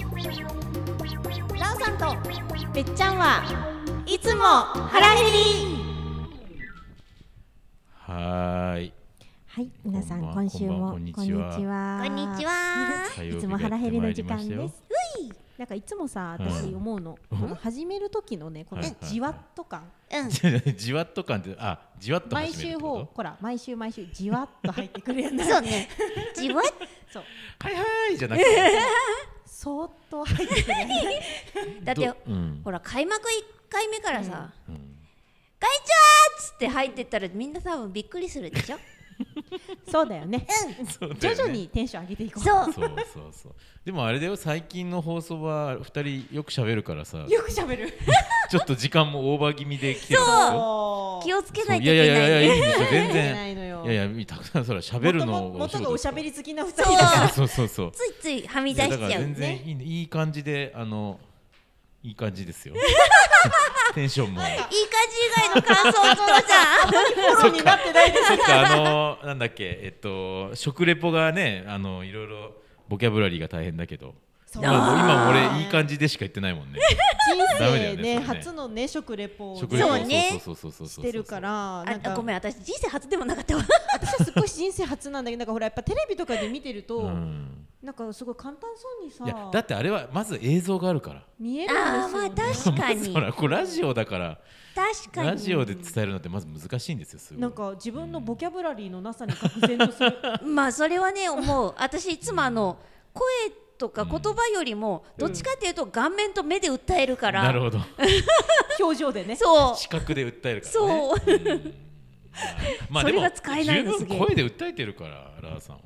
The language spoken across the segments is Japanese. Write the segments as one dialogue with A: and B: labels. A: ラオさんとべっちゃんはいつも腹減り
B: はーい。
C: はい、皆さん、
B: こんばんは
C: 今週も
B: こんばんはこんにちは
A: こんにち。 は
B: 火曜
C: い
B: 日
C: つも腹減りの時間
B: がやってまいりま
C: で
B: し
C: す。なんかいつもさ、
B: うん
C: 私思うの、
B: うん
C: この始める時のね、この
B: はいはいはい
C: じわっと感。
A: うん
B: たよ じわっと感って、あ、じわっと
C: 毎
B: 始める
C: 週
B: って
C: ほう
B: こ、
C: ほら、毎週毎週じわっと入ってくるやんね。
A: そうねじわっ
C: そう、
B: と。はいはーいじゃなくて。
C: そーっと入ってくるや んね。
A: だって
B: どうん
A: ほら開幕1回目からさ、
B: うん
A: ガイチャーっつって入ってったらみんな多分びっくりするでしょ
C: そうだよね。
B: そうだよね
C: 徐々にテンション上げていこう。
A: そう
B: そうそうそう。でもあれだよ、最近の放送は二人よく喋るからさ、
C: よく喋る。
B: ちょっと時間もオーバー気味で来てるんですよ。
C: そ
A: 気
C: を
A: をつけ
B: そ
A: な
B: う
A: い
B: い
A: といけ
B: や
A: ないい
B: やいやいや
A: ね
B: いいんですよ全
C: な
B: 然。
C: いのよ。
B: いやいやたくさんそら喋るの
C: もともとがおしゃべ
B: り。
C: り好きな二人
A: そう
C: だか ら。
B: そうそうそう。
A: ついついはみ
B: い
A: 出
B: や
A: し
B: だから
A: ちゃう
B: 全然
A: ね
B: いい,、いい感じであのいい感じですよテンションも
A: いい感じ以外の感想を どうじゃん
C: フォローになってないです。
B: そっかあのなんだっけえっと食レポがねあのいろいろボキャブラリーが大変だけど
C: そう
B: 今もう今も俺いい感じでしか言ってない もんね
C: 人
B: ダメだよねそ
C: 生
B: れ
C: ね
B: ね
C: 初のね食レポをね
B: 食レポ
A: そうね
B: そうそうそうそうそう
C: してるからなん
A: あ
C: か
A: ごめん私人生初でもなかったわ
C: 私はすごい人生初なんだけどなんかほらやっぱテレビとかで見てると、
B: うん、
C: なんかすごい簡単そうにさ
B: いやだってあれはまず映像があるから
C: 見える ん
A: あ
C: です
A: ーま
C: よ、
A: あ
C: ね
A: 確か に
B: ほらこれラジオだから
A: 確かに
B: ラジオで伝えるのってまず難しいんですよすごい
C: なんか自分のボキャブラリーのなさに愕然とする
A: まあそれはね思う私いつもあの声とか言葉よりもどっちかっていうと顔面と目で訴えるから、
B: なるほど
C: 表情でね
A: そう
B: 視覚で訴えるからね
A: そう
B: うんまあまあでも
A: それが使えないの
B: 十
A: すげ
B: 分
A: え
B: 声で訴えてるからラーさんは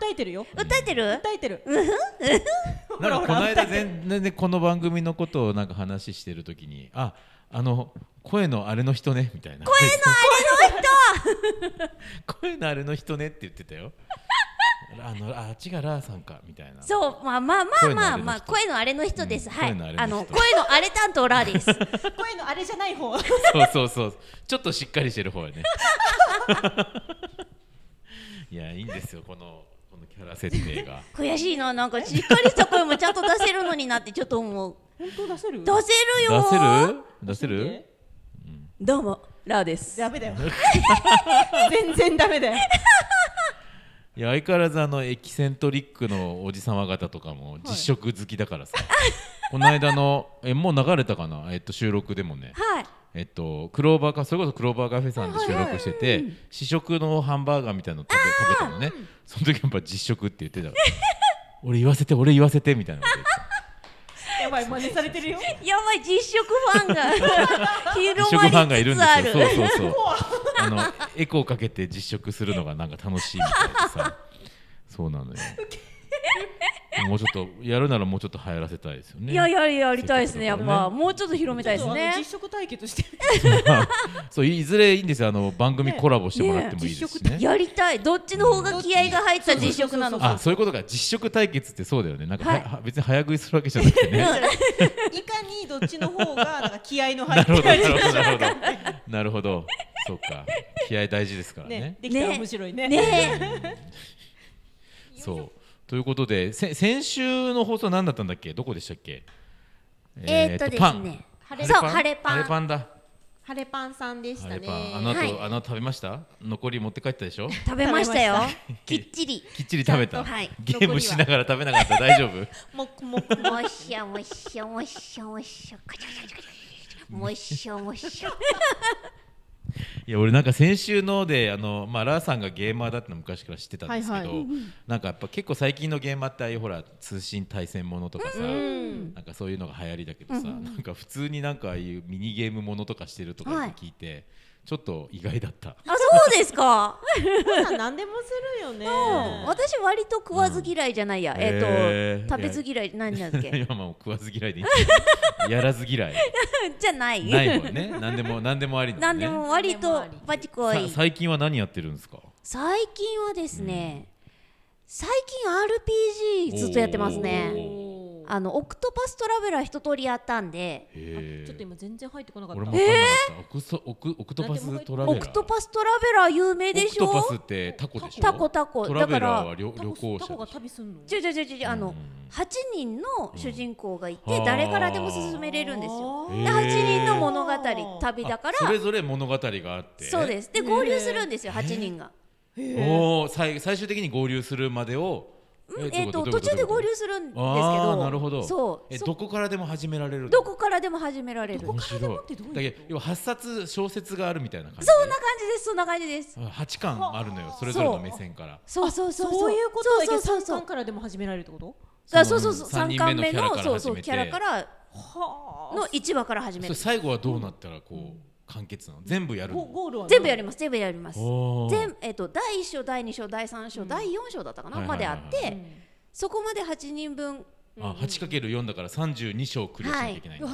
C: 訴えてるよ
A: 訴えてる
C: 訴えてるほ
B: な
C: ら
B: ん
C: ほ
B: かこ
C: ら
B: の間全然ねこの番組のことをなんか話してるときにああの声のあれの人ねみたいな声のあれの人 声のあれの人ねって言ってたよ あのああっちがラーさんかみたいな
A: そうまあまあまあまあまあ
B: 声
A: 声のあれの人です、
B: うん
A: はい
B: 声のあれの人
A: あの声のあれ担当ラーです
C: 声のあれじゃない方
B: そうそうそうちょっとしっかりしてる方やねいやいいんですよこのこのキャラ設定が
A: 悔しいななんかしっかりした声もちゃんと出せるのになってちょっと思う
C: 本当出せる
A: 出せるよ
B: 出せる出せ
C: 見
B: る
C: て
A: どうもラーです
C: ダメだよ 全然ダメだよ
B: いや相変わらずあのエキセントリックのおじさま方とかも実食好きだからさ、 この間のえもう流れたかな、えっと、収録でもね、
A: はい
B: えっと、クローバーカそれこそクローバーカフェさんで収録してて、試食のハンバーガーみたいなの食べ食べたのねその時やっぱ実食って言ってたから俺言わせて俺言わせてみたいなこと言って
C: やばい真似されてるよ
A: やばい実食ファンが
B: 実
A: 広
B: 食ファン
A: ま
B: がい
A: り
B: る
A: つ
B: ん
A: つ
B: で
A: あ
B: す
A: る
B: よ。そうそうそう。あのエコーかけて実食するのがなんか楽しいみたいなさ。そうなのよ。もうちょっとやるならもうちょっと流行らせたいですよね。
A: いやいややりたいですねやっ
B: せっかくだか
A: ぱ
B: ら
A: もうちょっと広めたいです
C: ちょっとあの
A: ね
C: 実食対 決して
B: そういずれいいんですよ。あの番組
C: ね
B: コラボしてもらってもいいですしね。
A: やりたいどっちの方が気合が入った実食なの
B: あ
A: か
B: そういうことか実食対決ってそうだよねなんかは、
A: はい
B: は別に早食いするわけじゃなくてね
C: いかにどっちの方がなんか気合いの 入
B: なる
C: っ
B: ほどな
C: てる
B: るほどなるほどなるほどそうか気合大事ですから
C: ね
B: ね
C: できたら面白いね
A: ねえ
B: そうということでせ先週の放送何だったんだっけどこでしたっけ
A: えーっとですね
B: パン
A: そう晴れパ
B: 晴
A: ン
B: れパンだ
C: 晴れパンさんでし
B: 晴
C: た
B: れ
C: ね
B: パンあの後、
A: はい
B: あの後食べました残り持って帰ったでしょ
A: 食べましたよ
C: 食べま
A: きっちり
B: きっちり食べ
A: ちゃ
B: た、
A: んとはい
B: ゲームしながら食べなかった大丈夫
C: もくもく
A: もしゃもしゃもしゃもしゃカチャカチャカチャカチャもしゃもしゃ
B: いや俺なんか先週のであの、まあ、ラーさんがゲーマーだっての昔から知ってたんですけど、
C: はいはい
B: なんかやっぱ結構最近のゲーマーってああいうほら通信対戦ものとかさ、なんかそういうのが流行りだけどさ、なんか普通になんかああいうミニゲームものとかしてるとかって聞いて、ちょっと意外だった。
A: あそうですか
C: さん何でもするよね。
A: 私割と食わず嫌いじゃないや
B: うん
A: え
B: へ
A: っ
B: ー
A: と食べず嫌い何なんだっ け
B: 今もう食わず嫌いでいいん だやらず嫌い
A: じゃない
B: ないもんね何でも何でもありな
A: なんん
B: ね
A: でも割とバチコ
B: さ
A: イ
B: 最近は何やってるんですか
A: 最近はですね最近 RPG ずっとやってますね
B: おー
A: あのオクトパストラベラー一通りやったんで
B: へえ
C: ちょっと今全然入ってこなかっ
B: 俺
C: た
B: も分かんなかった、オクソオクオクトパストラベ
A: オ
B: ラー
A: クトパストラベラー有名でしょ
B: オクトパスってタコでしょ
A: タコタコ
B: トラベラーは
A: だ
B: 旅
C: タ
B: 旅
C: コ
B: 行
C: タ
B: 者
C: コが
B: でしょ
C: 旅すんの
A: ちょちょちょちょあ
B: うん
A: の8人の主人公がいて、
B: うん
A: 誰からでも進めれるんですよ。
B: あー
A: で8人の物語
C: 旅
A: 旅だから
B: あそれぞれ物語があって
A: そうですで合流するんですよ8人が。
B: おお最最終的に合流するまでを
A: うん
B: どうい
A: え
B: う
A: っ
B: ことど
A: 途
B: ういうこと
A: 中で合流するんですけ
B: あ
A: ど
B: あなるほど
A: そう
B: え
A: そ
B: どこからでも始められるの
A: どこからでも始められるそん
B: 面
A: な
B: 白い
C: どこからでもってどういうこと
B: だけど要は8冊小説があるみたいな感じ
A: 感じですそんな感じです。
B: うん8巻あるのよそれぞれの目線から
A: そうそうそう
C: そういうことだけ
A: そう
C: ど
A: そう
C: 三
A: そう
C: 巻からでも始められるってこと
A: あそうそうそう
B: その
A: 3巻目
B: 三人目のキャラ
A: の
B: から
A: そうそ
B: 始
A: う
B: めて
A: キャラから
C: は
A: の1話から始め
B: そ
A: る
B: れ最後はどうなったらこう、完結なの全部やる
C: ゴ
B: の
C: ゴールは
A: 全部や
C: る
A: ります全部やります
B: おー
A: 全えっと第1章第2章第3章第4章だったかな
B: はい
A: ま
B: はい
A: で
B: はい
A: あ
B: はい
A: ってそこまで8人分
B: あ 8×4 だから32章クリアしなきゃいけないんだ、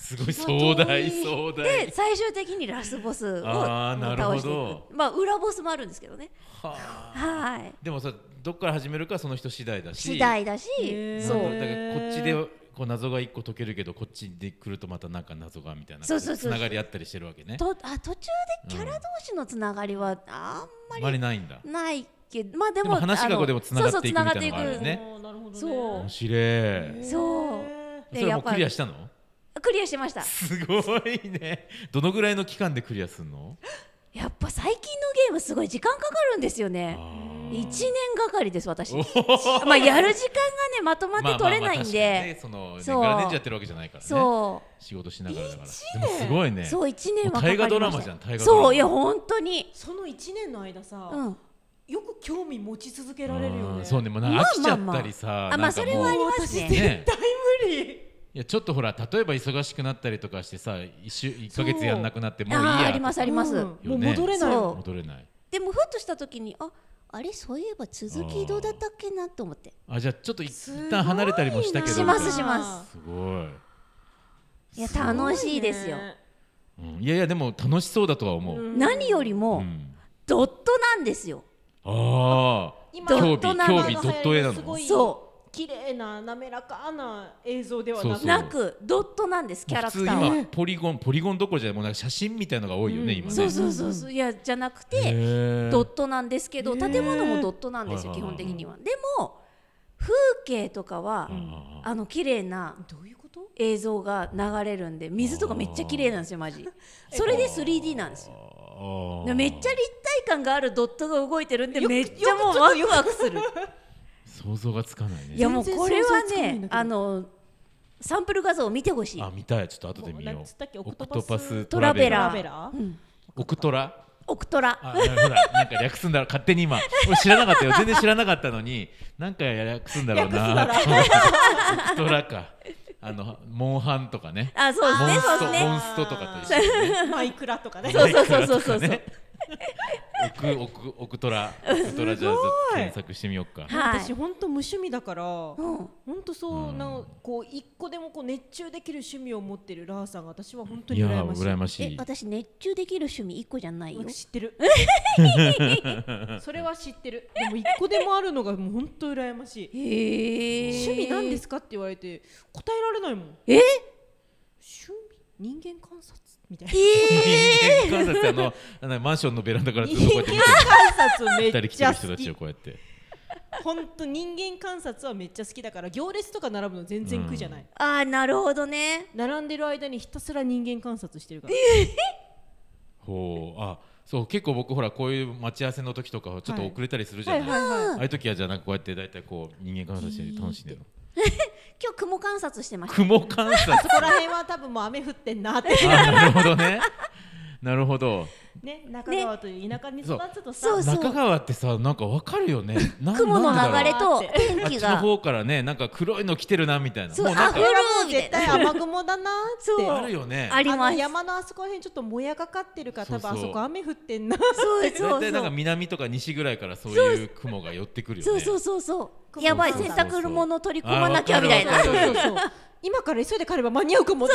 B: すごい
C: 気が遠
B: 壮
C: い
B: 大壮大
A: で最終的にラスボスを
B: あーなるほ
A: 倒
B: ど
A: していくまあ裏ボスもあるんですけどね
B: はあ
A: はい
B: でもさどっから始めるかその人次第だし
A: 次第だし
C: へー
A: そ
B: そう
A: う
B: だからこっちでこう謎が一個解けるけどこっちで来るとまたなんか謎がみたいな
A: そうそうそうそう
B: つながりあったりしてるわけね
A: とあ途中でキャラ同士のつながりはあ
B: あんまりないんだ
A: んないけどまあで
B: で
A: も
B: も話がこうでもつながっていくみたいなのがあるよね
A: そうそうつながっていく
B: ね
C: なるほどね
A: そう
B: 面白い
A: そう
C: へ
B: それはもうクリアしたの
A: クリアしました
B: すごいねどのぐらいの期間でクリアするの
A: やっぱ最近のゲームすごい時間かかるんですよね
B: あ
A: 1年がかりです私まあやる時間がねまとまって取れないんで、
B: まあまあまあ確かにねそ
A: そう
B: の年がら年中やってるわけじゃないからね
A: そ、
B: 仕事しながらだからでもすごいうね
A: そう1年はかかりました
B: 大河ドラマじゃん大河ドラマ
A: そういや本当に
C: その一年の間さ
A: うん
C: よく興味持ち続けられるよ
B: うん
C: ね
B: そうねもうなんか飽きちゃったりさ、
A: あま
B: な
A: あ
B: んか
A: そ
B: もう
A: れはあり
C: もう
A: ます
C: 私
A: ね
C: 絶対無理
B: いやちょっとほら例えば忙しくなったりとかしてさ一週一ヶ月やんなくなってもういい
A: あー
B: や
A: ありますあ
C: あ
A: ります、
C: もう
B: よね
C: 戻れない
A: そう
B: 戻れない
A: でもふっとした時にああれそういえば続きどうだったっけなと思って
B: あじゃあちょっと一
C: すごいな
B: 旦離れたりもしたけど
A: しますします
B: ごい、
A: いや楽しいですよ、
B: うん、いやいやでも楽しそうだとは思う、うん
A: 何よりもドットなんですよ、
B: ああ
C: 今
B: 興味
A: ド
B: 興
A: ット
B: 味
A: な
B: ド
A: の
B: ット絵な
C: すご
B: の
C: い
A: そ
C: 綺麗な滑らかな映像では
B: そう
C: な
B: そう
C: く
A: うなくドットなんですキャラク
B: 普通
A: ターは
B: 今ポリゴンポリゴンどころじゃないもうなんか写真みたいのが多いよね、今ね
A: そうそうそうそういやじゃなくて、
B: へー
A: ドットなんですけど建物もドットなんですよ
B: はい
A: 基
B: はいは
A: 本
B: い
A: 的には。でも風景とかは、
B: ん
A: あの綺麗な
C: どういうこと
A: 映像が流れるんで水とかめっちゃ綺麗なんですよマジ。それで 3D なんですよ。
B: あー
A: めっちゃ立体感があるドットが動いてるんで
C: よく
A: めっちゃもうワクワクする。
B: 想像がつかないね
A: いやもう
C: 全然
A: これは
C: 想像つかないんだ
A: ね
C: けど
A: あのサンプル画像を見てほしい。
B: あ見たいちょっと後で見よ
C: なんつったっけ
B: う
C: オクトパス
A: トラベ
C: トラ
A: ラ
C: ベ
A: ー
C: ラ
B: オクトラ
A: オクトラ。
B: あほらなんか略すんだろ勝手に今俺知らなかったよ全然知らなかったのになんか略すんだろうな
C: 略す
B: オクトラかあのモンハンとかね
A: あそうです
B: モン
A: ね
B: ス
A: そうで
B: ト
A: すね。
B: モンストとかと一緒にね
C: マイクラとかね
A: そうそうそうそうそう
B: マイクラとかねオクオクオクトラオクトラじゃあちょっと検索してみようか
A: はい
C: 私本当無趣味だから本
A: うん
C: 当そうなこう一個でもこう熱中できる趣味を持ってるラーさんが私は本当
B: い
C: に
B: や
C: 羨
B: ー
C: ましい
B: 羨まし
A: え
B: い
A: 私熱中できる趣味一個じゃないよ。
C: 私知っ てるそれは知ってるでも一個でもあるのがもう本当羨ましい
A: へ
C: 趣味なんです
A: か。
C: かって言われて答えられないもん
A: え？
C: 趣味人間観察みたいな
B: 人間観察ってあのあのマンションのベランダからずっとこうやって見て
C: 観察め
B: たり
C: っ
B: 来
C: ち
B: てる
C: ゃ
B: 人
C: 好
B: たち
C: き
B: をこうやって
C: 本当人間観察はめっちゃ好きだから行列とか並ぶの全然苦じゃない、
A: ああなるほどね。
C: 並んでる間にひたすら人間観察してるから
B: ほうあそう結構僕ほらこういう待ち合わせの時とかちょっと遅れたりするじゃないですか
C: はい
B: ああいう時はじゃあなんかこうやって大体こう人間観察して楽しんでるの
A: 今日雲観察してました。
B: 雲観察
C: そこら辺は多分もう雨降ってんなって
B: あなるほどねなるほど
C: ね中川という田舎に育つとさ、
A: そうそう
B: 中川ってさなんかわかるよねな
A: 雲の
B: なん
A: 流
B: で
A: れ
B: だ
A: と
C: なん
A: 天
B: ろうあっ
A: 気
B: ちの
A: が。
B: 方からねなんか黒いの来てるなみたいな
A: そう
B: もうなん
A: あ
B: か
A: ふれ
C: これはもう絶対雨雲だなって
A: そう
B: あるよね
A: あり
C: あの
A: ます。
C: 山のあそこら辺ちょっともやがかってるから多分あ
B: そうそう
C: そこ雨降ってんな
A: そうそ
B: 大
A: う
B: 体なんか
A: そう。
B: 南とか西ぐらいからそういう雲が寄ってくるよ
A: そう
B: ね
A: そうそうそう。やばい
B: そうそう
A: 洗
B: そう
A: 濯物取り込まなきゃみたいな
B: あわ。か
C: そ
B: る
C: う
B: わ
C: そうそう今から急いで帰れば間に合うかもって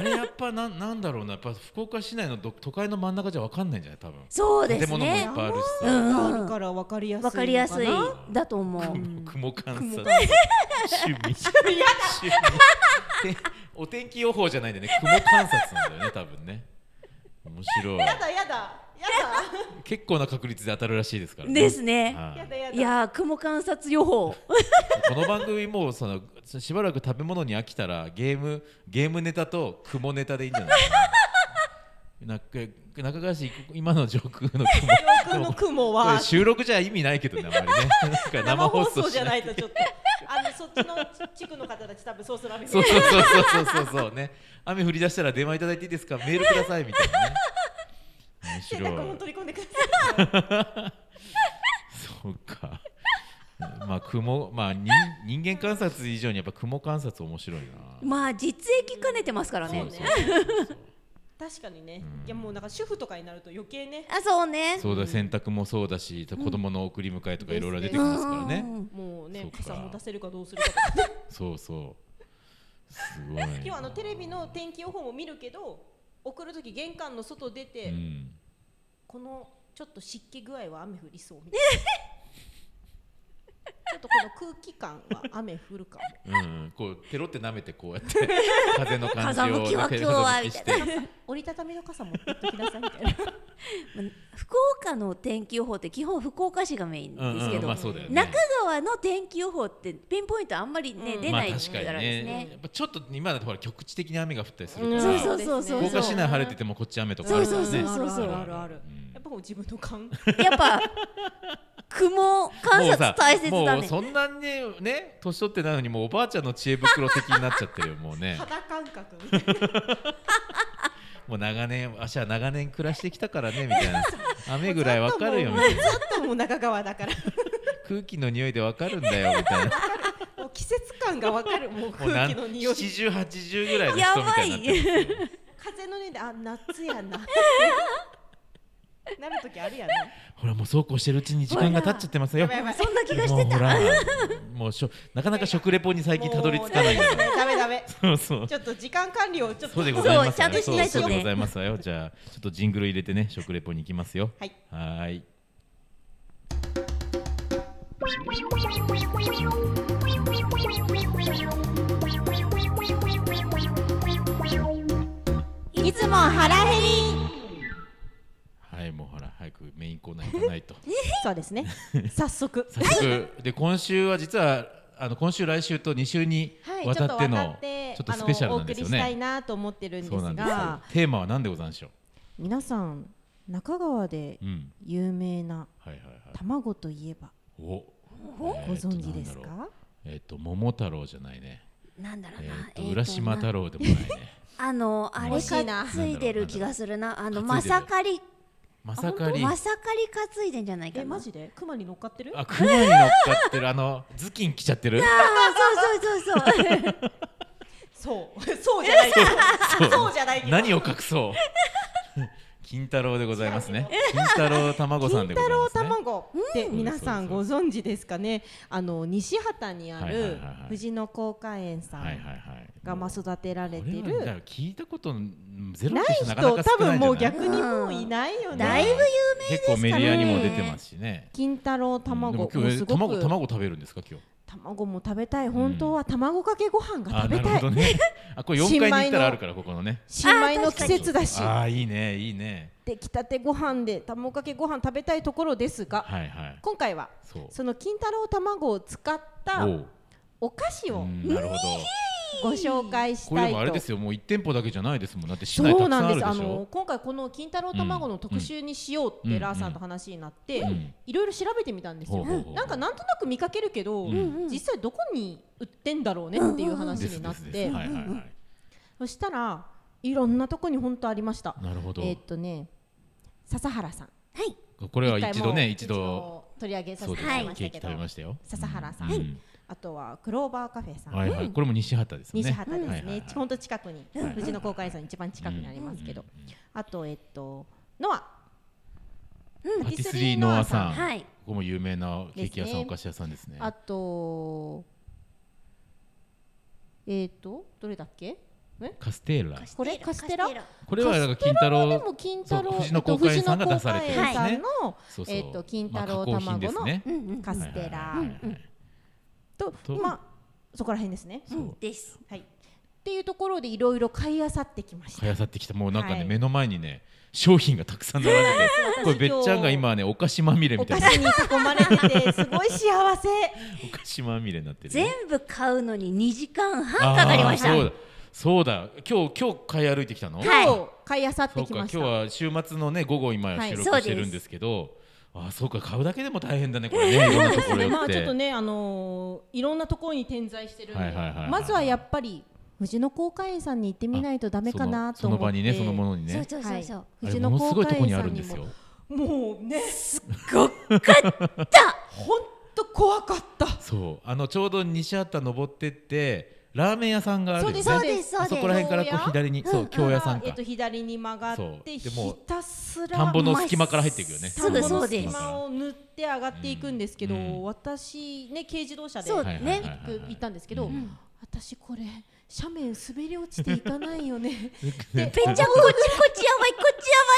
B: あれやっぱなんなんだろうなやっぱ福岡市内のど都会の真ん中じゃわかんないんじゃない多分
A: そうです
B: 建物もいっ
A: ね。
B: ぱいあるし
A: う
B: さ
A: ん
C: あるから分かりやすいの
A: わかりやすい
C: な
A: だと思う。
B: 雲雲観察趣味趣味てお天気予報じゃないんでね雲観察なんだよね多分ね面白い
C: やだやだや
B: 結構な確率で当たるらしいですから
A: ですね
B: はい
C: だやだやだ
A: いやー雲観察予報
B: この番組もうそのしばらく食べ物に飽きたらゲームゲームネタと雲ネタでいいんじゃないかなな中中川市今の上空の
C: 上空
B: 雲
C: の雲
B: これ
C: は
B: 収録じゃ意味ないけどねあんまりねなんか
C: 生放送じゃ
B: し
C: ないとちょっとあのそっちの地区の方たち多分そうするわけ
B: そうそうそうそうそうそうそうね雨降り出したら電話いただいていいですかメールくださいみたいなね面
C: 洗濯
B: 白
C: 物
B: い
C: 取り込んでくださ
B: そうかまあ雲まあ人人間観察以上にやっぱ雲観察面白いな
A: まあ実益兼ねてますからね
B: そうそうそうそう
C: い確かにね
B: うん
C: いやもうなんか主婦とかになると余計ね
A: あそうね
B: そうだ洗濯もそうだし子供の送り迎えとかいろいろ出てき
A: うん
B: ますからね
A: うんうん
C: もう
B: そ
C: ね
B: うか
C: 傘持たせるかどうするかとか
B: そうそうすごいな
C: 今日あのテレビの天気予報も見るけど送る時玄関の外出
B: う
C: て
B: ん
C: このちょっと湿気具合は雨降りそうみたいな ちょっとこの空気感は雨降るかも
B: うん、こうペロって舐めてこうやって風の感じを
A: 風向きは今日はみたいな
B: 風向きして
C: 折りたたみの傘持ってっときなさいみたい な
A: 福岡の天気予報って基本福岡市がメイン
B: うん
A: ですけ
B: うん
A: ど、
B: まあそうだよね
A: 中川の天気予報ってピンポイントあんまりね、
C: うん
A: 出
B: まあ
A: ない
B: 確
A: か
B: かに
A: らです
B: ねや
A: ね。
B: っぱちょっと今だとほら局地的に雨が降ったりするから
A: そうそうそうそう
B: 福岡市内晴れて
C: て
B: てもこっち雨とか
A: そうそう
B: あるから
A: そうそう
C: あるあるある
B: うん
C: やっぱもう自分の勘
A: やっぱ雲観
B: もう
A: 察
B: さ
A: 大切だ
B: もう
A: ね。
B: そんなにね年取ってないのにもうおばあちゃんの知恵袋的になっちゃってるよもうね
C: 肌感覚みたいな
B: もう長年あしは長年暮らしてきたからねみたい な雨ぐらいわかるよみたいな
C: ちょっともう中川だから
B: 空気の匂いでわかるんだよみたいな
C: もう季節感がわかるもう
B: もうなん
C: 空気の匂い
B: 7080ぐらいの人みたいになってる
C: 風のねであ夏やな なる時あるやな
B: ほらもうそうこうしてるうちに時間が経っちゃってますよ
C: やばいやばい
A: そんな気がし
B: もう
A: て
B: ほ
A: た。
B: らもうしょなかなか食レポに最近たどり着かないか
C: もうねダメダメ
B: ら そうそう
C: ちょっと時間管理をちょっと
B: そうでございます
A: そうちゃんとしないとね
B: そうでございますわよじゃあちょっとジングル入れてね食レポに行きますよ
C: はい
B: はーい
A: いつも腹減り。
B: はいもうほら早くメインコーナー行かないと
C: そうです ね早速
B: 早速で今週は実はあの今週来週と2週に
C: はい
B: わ
C: ちょ
B: た
C: っと
B: っての、
C: 分かって
B: ちょっとスペシャルなんですよ
C: あのお送りしたい
B: ね
C: なと思ってるんです
B: そうなんですよ
C: が
B: テーマは何でござんしょ
C: 皆さん中川で
B: ううん
C: 有名な
B: はいはいはい
C: 卵といえば
B: お
A: お
B: え
C: ご
B: ーと
C: 存知です
B: なんだろう
C: か
B: えっ、と桃太郎じゃないね
A: なんだろう
B: え
A: な。
B: っ、
A: えー
B: と
A: と
B: 浦島太郎でもないね
A: あのあれ
B: 惜
C: しいな
A: 担いでる気がするな。あの
B: 担
A: ま
B: いでる
A: さかり
B: まさかり
A: まさかり担いでんじゃないかな。
C: えマジで熊に乗っかってる
B: あ熊に乗っかってるあの頭巾着ちゃってる
A: ああそうそうそうそう。
C: そう そうじゃないけど
B: そう
C: そうじゃないけど
B: 何を隠そう 金太郎でございますね金太郎卵さんでございますね
C: 金太郎卵って皆さん
B: そう
C: ご
B: で
C: 存知ですかねあの西畑にあ
B: はいはい
C: る
B: はいはい
C: 藤の甲果園さ
B: はい
C: ん
B: はいはい
C: がまあ育てられて
B: これはだか
C: る
B: ら聞いたことゼロ
C: な
B: っ
C: い
B: て人なかな
C: 人
B: か
C: 多
B: 少ない
C: 分
B: んじ
C: も
B: ゃ
C: う
B: ない
C: 逆にもういないよ
A: うん
C: ね
A: だいぶ有
B: 名ですかね結構メディアにも出てますしね
C: 金太郎卵
B: うん
C: も
B: で今日
C: す
B: え
C: ご
B: 卵
C: く
B: 卵食べるんですか今日
C: 卵も食べたい本当は卵かけご飯が
B: あ
C: 食べ
B: な
C: た
B: るほ
C: い
B: どねあこれ4階に行ったらあるからここのね
C: 新米の季節だし
B: ああいいねいいね
C: 出来たてご飯で卵かけご飯食べたいところですが
B: はいはい
C: 今回は
B: そう
C: その金太郎卵を使った
B: おう
C: お菓子
B: う
C: を
B: んなるほど
C: ご紹介し
B: これ
C: た
B: で
C: い
B: もあれです
C: と。
B: よもう1店舗だけじゃないですもんだって市内
C: そう
B: たく
C: な
B: さん
C: ん
B: あ
C: で
B: る
C: す。
B: で
C: あ
B: しょ
C: の今回この金太郎卵の特集にしようっ
B: うん
C: てラーさんと話になって
B: うん
C: いろいろ調べてみたんです
B: ほう
C: よ
B: ほうほう。
C: なんかなんとなく見かけるけど
B: うん
A: うん
C: 実際どこに売ってんだろうねっていう話
B: です
C: になっ
B: ですです
C: て
B: はいはいはい
C: そしたらいろんなとこに本当ありました。
B: なるほど
C: えーっとね笹原さん。
A: はい。
B: これは
C: 回
B: 一
C: も
B: 度ね
C: う
B: 一度
C: 取り上げさせ
B: そう
C: て
B: で
C: い
B: す
C: た
B: ね
C: だきま
B: ケー
C: し
B: キ食
C: たけ
B: べ
C: ど
B: ましたよ
C: 笹原さん
B: うん
C: あとはクローバーカフェさん、
B: はいはいこれも西畑ですね
C: 西畑ですね、
B: はいはいはい
C: 本当近くに、
B: うん
C: うちの公開さん一番近くにありますけど、あとえっとノア、
B: パティスリーノアさん
A: はい
B: ここも有名なケーキ屋さ
C: です
B: ん
C: ね
B: お菓子屋さんですね
C: あとえっとどれだっけえ
B: カステーラ
C: これカステラ
B: これはなんか金太
C: で
B: 郎
C: も金太郎
B: そう藤
C: え
B: 野
C: っと
B: 公会さんが出されてる
C: 藤野公会さんの、
B: そうそう
C: えっと金太郎
B: まあ加工品
C: 卵
B: です
C: の
B: ね
A: うんうん
C: カステラ
B: はいはいはいはい
C: と、
B: と
C: まあそこら辺ですね。
B: そう
A: うんです
C: はい。っていうところでいろいろ買いあさってきました。
B: 買いあさってきたもうなんかね、
C: はい
B: 目の前にね商品がたくさん並んでてこれべっちゃんが今ねお菓子まみれみ
C: お
B: た
C: 菓
B: いな
C: 子に囲まれててすごい 幸せ。
B: お菓子まみれになってるね、
A: 全部買うのに2時間半かかりました
B: あーそうだそうだ今日今日買い歩いてきたの、
A: はい
C: 今日買いあさっ
B: そ
C: て
B: う
C: き
B: か今
C: まし
B: 日
C: た。
B: は週末のね午後今
C: はい
B: 収
A: そう
B: 録
A: です
B: してるんですけど、ああそうか買うだけでも大変だねこれねいろんなところ寄って、
C: まあちょっとねあのーいろんなところに点在してるんで、
B: はいはいはいはい
C: まずはやっぱり藤野公会員さんに行ってみないとダメかなと
B: そ
C: 思
B: のその場
C: って。
B: にねそのものに
A: そう
B: ね
A: そうそうそう
B: あ
C: 藤
B: れ
C: 野
B: ものす
C: 公
B: ごいと
C: 会
B: こ
C: 員
B: にあ
C: さ
B: る
C: ん
B: ん
C: に
B: ですよ
C: ももうね
A: ごっかった
C: 本当怖かった。
B: そうあのちょうど西畑登ってってラーメン屋さんがあるよね
A: そうですそうです
B: あそこら辺からこう左に、
A: うん
B: そう京屋さんか、
C: えっと左に曲がって
B: そうで
C: ひ
B: も
C: たすら
B: 田んぼの隙間から入っていくよね
A: すぐそうです
C: 田んぼの隙間を塗って上がっていくんですけど、
B: うん
C: 私ね軽自動車で
A: そう
C: 行
A: だね
B: はいはいはいはい
C: く行ったんですけど、
B: うん
C: 私これ斜面滑り落ちていかないよねって
A: べっちゃんこっちこっちやばいこっちやばいっ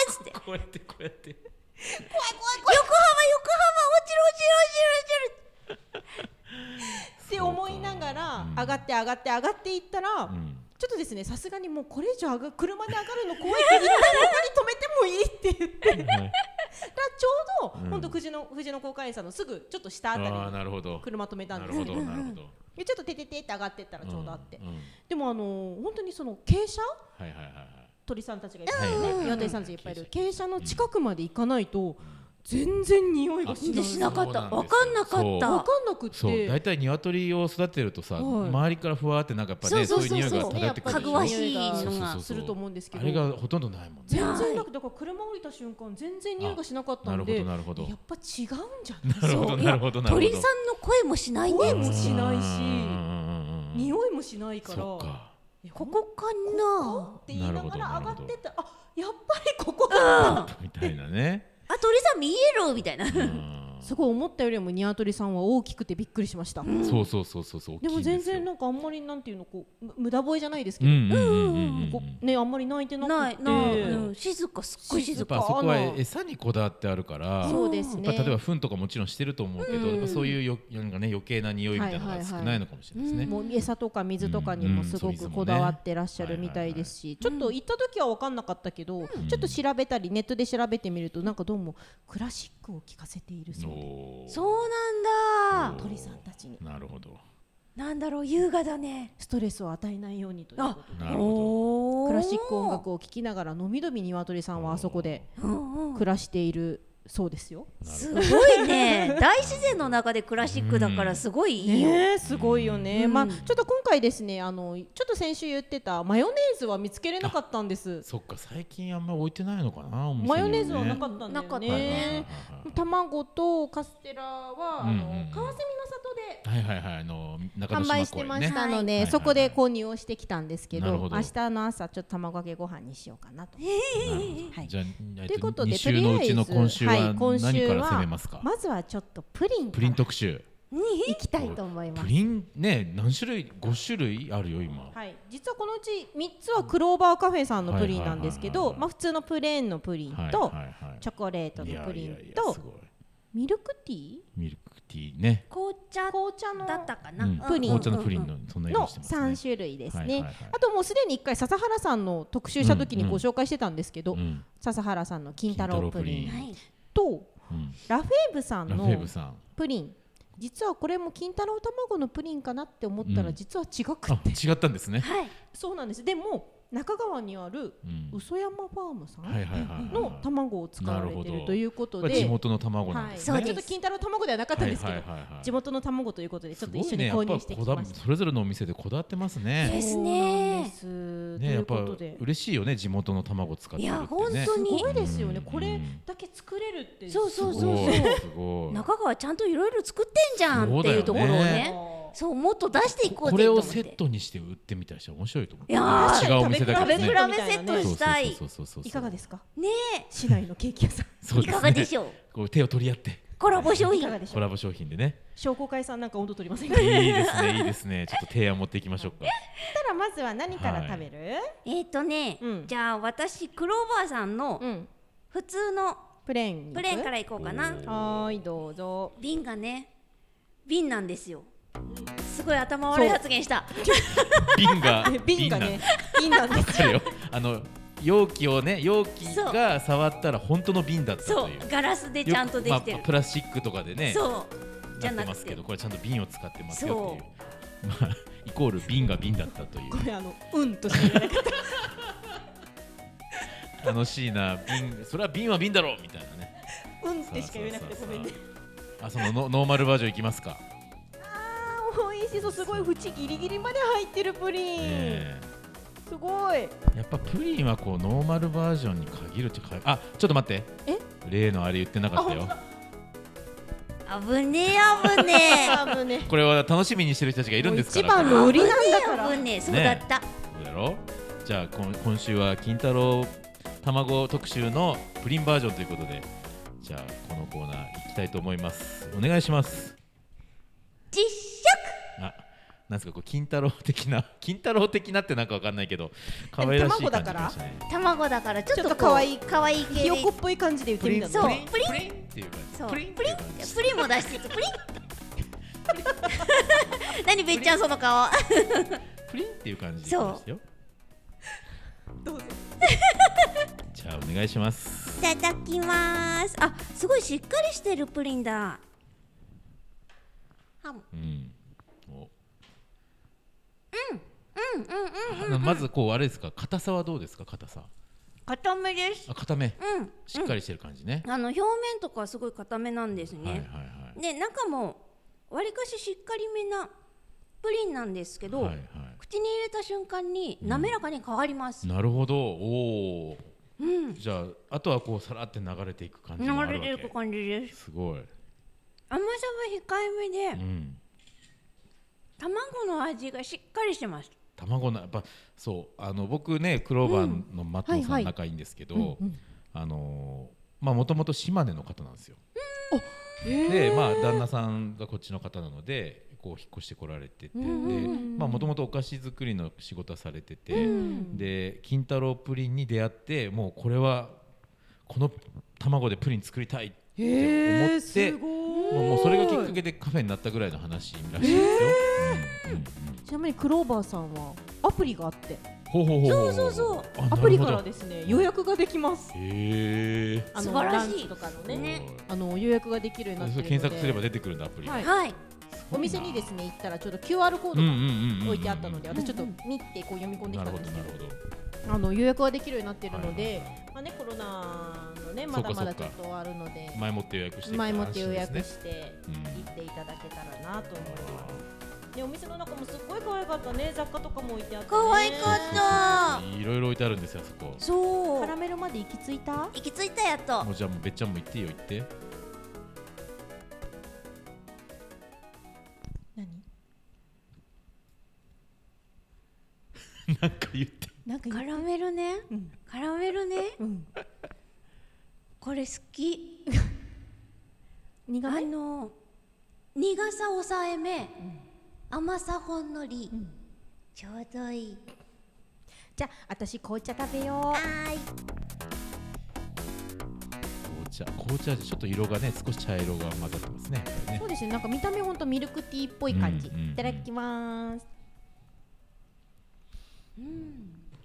A: つって
B: こうやってこうやって
A: 横浜横浜落ちる落ちる
C: って思いながら
B: うん
C: 上がって上がって上がっていったら、
B: うん
C: ちょっとですねさすがにもうこれ以上上が車で上がるの怖いって一旦他に止めてもいいって言ってだからちょう
B: う
C: ど
B: ん
C: 本当藤野藤野公会員さんのすぐちょっと下あ
B: あ
C: たり
B: あー
C: に
B: なるほど
C: 車止めたん
B: な
C: で
B: るほ
C: すけど
B: どなるほど
C: でちょっとてててって上がってったらちょうどあって、
B: んん
C: でもあのー本当にその傾斜
B: はいはいはいはい
C: 鳥さんたちがいっぱいいる、
B: うんうんうん
C: 岩手さんたちがいっぱいいる傾斜の近くまで行かないと全然匂いが
A: 落ち
C: しない
A: るしなかった
B: そうなん
A: わ
B: ですよ
A: かんなかっ
B: そ
C: 分
A: た
C: かんなくっ
B: そう
C: て
B: 大体鶏を育てるとさ、
C: はい
B: 周りからふわーってなんかやっぱね
A: そ
B: そうう
A: そう
B: いう
A: そう
B: 匂い
A: そう
B: が漂って
A: ねやっぱ
B: くる
A: かぐわしい
B: そうそうそう
A: の
B: そう
C: すると思うんですけど
B: あれがほとんどないもんね
C: 全
A: はい
C: 然なくてだから車降りた瞬間全然匂いがしなかった
B: なる
C: ん
B: ほど
C: で
B: なるほど
C: やっぱ違うんじゃない
B: なるほど
A: そうい
B: な
A: や
B: るほどなるほど
A: 鳥さんの声もしない
C: 声
A: ね
C: もしないし
B: し
C: 匂いもしないから
B: そっか
C: いや
A: ここかな
C: って言いながら
B: なるほ
C: 上が
B: どなるほ
C: っ
B: ど
C: てったあやっぱりここだった
B: みたいなね
A: あ鳥さん見えるみたいな
B: うん
C: すごい思ったよりもニワトリさんは大きくてびっくりしました、
B: そうそうそうそうそう
C: でも全然
B: の
C: なんかあんまりなんていうのこうむ無駄吠えじゃないですけ
B: う
C: ど、
B: んうんうんうんうん
C: こうねあんまり泣いてなく
A: ない
C: て
A: ない、
B: ええ
A: うん、静かすっごい
B: や
A: 静
B: っ
A: か
B: ぱそこは
C: あの
B: 餌にこだわってあるから
C: そうですね
B: やっぱ例えば糞とかもちろんしてると思うけど、
C: うん
B: やっぱそういうよなんかね余計な匂いみたいなの
C: はい
B: が
C: はい
B: 少
C: はい
B: ないのかもしれないですね。
C: もう餌とか水とかにもすご
B: うんうんそう
C: く
B: 水もね
C: こだわってらっしゃるみたいですし、ちょっと行った時は分かんなかったけど、ちょっと調べたりネットで調べてみるとなんかどうもクラシックを聴かせているそうで
B: おー
A: そうなんだ
B: お
C: 鳥さんたちに
B: なるほど。
A: なんだろう優雅だね
C: ストレスを与えないようにということで
B: なるほ
A: おー
C: クラシック音楽を聴きながらのみどみニワトリさんはあそこで
A: うんうん
C: 暮らしているそうですよ。
A: すごいね大自然の中でクラシックだからすごいいいよ、
C: ねえすごいよね、
A: うん
C: まあちょっと今回ですねあのちょっと先週言ってたマヨネーズは見つけれなかったんです
B: ど。そっか最近あんま置いてないのかな。お店にも
C: マ
B: ね
C: ヨネーズはなかったんだよ
A: なかった
C: ね。卵とカステラは、あの
B: うんうんうん
C: 川蝉の里で
B: はいはいはいあの中野島
C: 販
B: 公園ね。
C: 売してましたので、
B: はい
C: そこで購入をしてきたんですけど,、
B: なるほど
C: 明日の朝ちょっと卵かけご飯にしようかなと。
B: なるほど
C: はい
B: じゃあ
C: ということ
B: 2
C: でと
B: 週のうちの今週は
C: はい今
B: 何
C: 週
B: から攻めますか。
C: まずはちょっとプリンか
B: プ
C: ら
B: リン特集。
C: いきたいと思いま
B: プ
C: す。
B: リンね何種類五種類あるよ今。
C: はい、実はこのうち3つはクローバーカフェさんのプリンなんですけ
B: はいはい
C: ど
B: はいはい
C: まあ普通のプレーンのプリン
B: はい
C: と、
B: はいはい
C: チョコレートのプリ
B: いやいや
C: ン
B: いや
C: と
B: すごい
C: ミルクティ
B: ミルクティーね。
A: 紅茶
C: ー紅茶の
A: だったかな、
B: うん
C: プリン
B: 紅茶のプリンのそんな色
C: の
B: してますね
C: 3。種類ですね、
B: はいはいはい
C: あともうすでに1回笹原さんの特集した時に
B: うん
C: ご紹介してたんですけど、
B: うん
C: 笹原さんの金太郎プ
B: 金
C: リン
B: 太
A: はい
C: と
B: うん
C: ラフェーブさん
B: ラフェー
C: の
B: ブさん。
C: プリン実はこれも金太郎卵のプリンかなって思った
B: う
C: ら
B: ん
C: 実は違く
B: あ
C: って、
B: 違ったんですね。
A: はい
C: そうなんですでも中川にある
B: うん
C: 嘘山ファームさ
B: はいはい
C: ん
B: はいはい。
C: の卵を使われ
B: な
C: て
B: るほ
C: る
B: ど
C: ということ
B: これ
C: で
B: 地元の卵なん
C: は
B: で
C: い、
B: す
C: ち
A: そ
C: ょ
A: う
C: っと金太郎卵ではなかったんですけど、
B: はいはいはいはい
C: 地元の卵ということでちょっと一緒に購入してき
B: すごいねやっぱこだ
C: ました。
B: それぞれのお店でこだわってますね。
A: です
C: そうなん
A: ね
C: ですと
B: ね
C: い
B: や
C: う
B: っぱ
C: ことで。
B: 嬉しいよね地元の卵使ってるってね。
A: いや本当
C: す
A: に
C: ごいですよ
B: う
C: ね。
B: ん
C: これだけ作れるって。
A: そうそう
B: す
A: そう
B: ご
A: そう
B: いすごい。
A: 中川ちゃんといろいろ作ってんじゃんっていうところを
B: そうだよ
A: ねそうもっと出していこう
B: こ
A: ぜ
B: れ
A: と思っ
B: を
A: て
B: セットにして売ってみたりしたら面白いと思う。
A: いやー
B: 違うお店だ
A: 食
B: け
A: べ
B: ど
A: 比べ
B: ね。
A: セットしたい
B: そうそうそうそうそう
C: いかがですか？
A: ね
C: 市内のケーキ屋さん。
B: そう
A: いかがで
B: ょ
A: しょう
B: う。 こう手を取り合って
A: コラボ商
C: い
A: 品
C: かがでし
B: コ
C: ょう？
B: ラボ商品でね。
C: 商工会さんなんか温度取りませ
B: い
C: ん か？
B: いですねいいです ね。ちょっと提案持っていきましょうか。
C: たらまずは何から食べる？
A: えっ、ー、とね、
C: うん
A: じゃあ私クローバーさんの
C: うん。
A: 普通の
C: プレーン。
A: プレーンからいこうかな、
B: おー
C: ら。はーいどうぞ。
A: 瓶がね瓶なんですよすごい頭悪い発言した
B: 瓶が
C: 瓶がね瓶なんで
B: わ
C: す
B: かるよあの容器をね容器が触ったら本当の瓶だった
A: そ
B: と
A: う
B: いう
A: ガラスでちゃんとできてる
B: よくまあ、プラスチックとかでね
A: そうじゃ
B: な
A: な
B: ってま
A: く
B: す
A: て
B: けどこれちゃんと瓶を使ってますよっていうまあイコール瓶が瓶だったとい
C: こ
B: う
C: れあのうんと しか言えなかっ
B: 楽しいな瓶それは瓶は瓶だろうみたいなね
C: たうんってしか言えなくてごめんね
B: あそのノノーマルバージョンいきますか、
C: 美味しそうすごい縁ギリギリまで入ってるプリン、
B: え
C: すごい
B: えやっぱプリンはこうノーマルバージョンに限るってかあちょっと待って
C: え
B: 例のあれ言ってなかったよ
A: 危ねえ危ね
C: 多分ね
B: これは楽しみにしてる人たちがいるんです
C: 一
B: から
C: 番の 売りなんだから
A: え危ねえそうだった
B: そうだろじゃあこん今週は金太郎卵特集のプリンバージョンということでじゃあこのコーナー行きたいと思いますお願いします
A: 実
B: あなんですかこう金太郎的な 金太郎的なってなんかわかんないけど可
C: も
B: 愛らしい
C: 卵
B: 感
C: だ
B: じ
C: から
B: でしたね
A: 食卵だからちょっと
C: ちょ
A: こ
C: っ
A: う
C: と可愛い
A: 可愛い系
C: ひ
A: で
C: よこっぽい感じで言って
B: プ
C: み
B: リン
C: た
A: そう
B: プリ
C: の
A: プ
B: ン
A: リン
B: プリンっていう
A: そ
B: 感
A: う
B: じプリンっていう感じ
A: プリンも 出してプリン何べっちゃんその顔
B: プリンっていう感じでいきますよ
C: どうぞ
B: じゃあお願いします
A: いただきますあすごいしっかりしてるプリンだハム
B: うんおあのまずこうあれですか硬さはどうですか硬さ
A: 固めです
B: あ硬め
A: うん
B: しっかりしてる感じね、
A: あの表面とかはすごい固めなんですね、
B: はいはいはい
A: で中もわりかししっかりめなプリンなんですけど、
B: はいは
A: 口に入れた瞬間に滑らかに変わります、
B: い、なるほどおお、じゃああとはこうさらって流れていく感じもあ
A: 流
B: る
A: れ
B: わけ
A: ていく感じです
B: すごい、
A: 甘さは控えめ
B: う
A: で
B: ん、
A: 卵の味がしっかりしてます
B: 卵なやっぱそうあの僕ねクローバーのマット
C: は
B: さ
C: いはい
B: ん仲いいんですけど、あのーまあもともと島根の方なんですよでまあ旦那さんがこっちの方なのでこう引っ越してこられててでまあもともとお菓子作りの仕事はされてて、で金太郎プリンに出会ってもうこれはこの卵でプリン作りたいって思
C: へ
B: って
C: えす
B: も
C: ごいう
B: もうそれがきっかけでカフェになったぐらいの話らしいですよ。うんうん
C: ちなみにクローバーさんはアプリがあって
B: ほうほうほうほう
A: そうそうそう
B: あなるほど
C: アプリからですね予約ができます
B: へえ
C: あの
A: 素晴らしい
C: ランチとかのね
A: ね
C: あの予約ができるようになってるので
B: 検索すれば出てくるんだアプリが。
C: はい
A: はい
C: お店にですね行ったらちょっと QR コー
B: うんうん
C: ド
B: うんうん
C: が置いてあったので
A: んうん
C: 私ちょっと見てこう読み込んでき
B: な
C: た
B: る
C: ん
B: ほど
C: ですけ
B: な
C: ど
B: るほど。
C: あの予約ができるようになってるの
B: はい
C: で
B: はいはい
C: まあねコロナのね
B: そ
C: ま
B: っか
C: だ
B: そっか
C: まだちょっとあるので
B: 前もって予約して
C: 前もって予約
B: 安心ですね
C: して
B: うん
C: 行っていただけたらなと思いますでお店の中もすっごい可愛かったね雑貨とかも置いてあってね
A: 可愛かった
B: いろいろ置いてあるんですよあそこ。
A: そ
C: カ
A: う
C: ラメルまで行き着いた
A: 行き着いたやっと
B: もうじゃあもうべっちゃんも行っていいよ行って。
C: 何
B: なんか言って。
C: なんか
A: カラメルね
C: うん
A: カラメルね
C: うん
A: これ好き
C: 苦
A: あ
C: め
A: の苦さ抑えめ、甘さほんのり、
C: ん
A: ちょうどいい
C: じゃあ私紅茶食べよ
A: は
C: う
A: ーい
B: 紅茶紅茶ちょっと色がね少し茶色が混ざってますね。やっぱりね
C: そうですねなんか見た目ほんとミルクティーっぽい感じい
B: うんうんうん
C: ただきます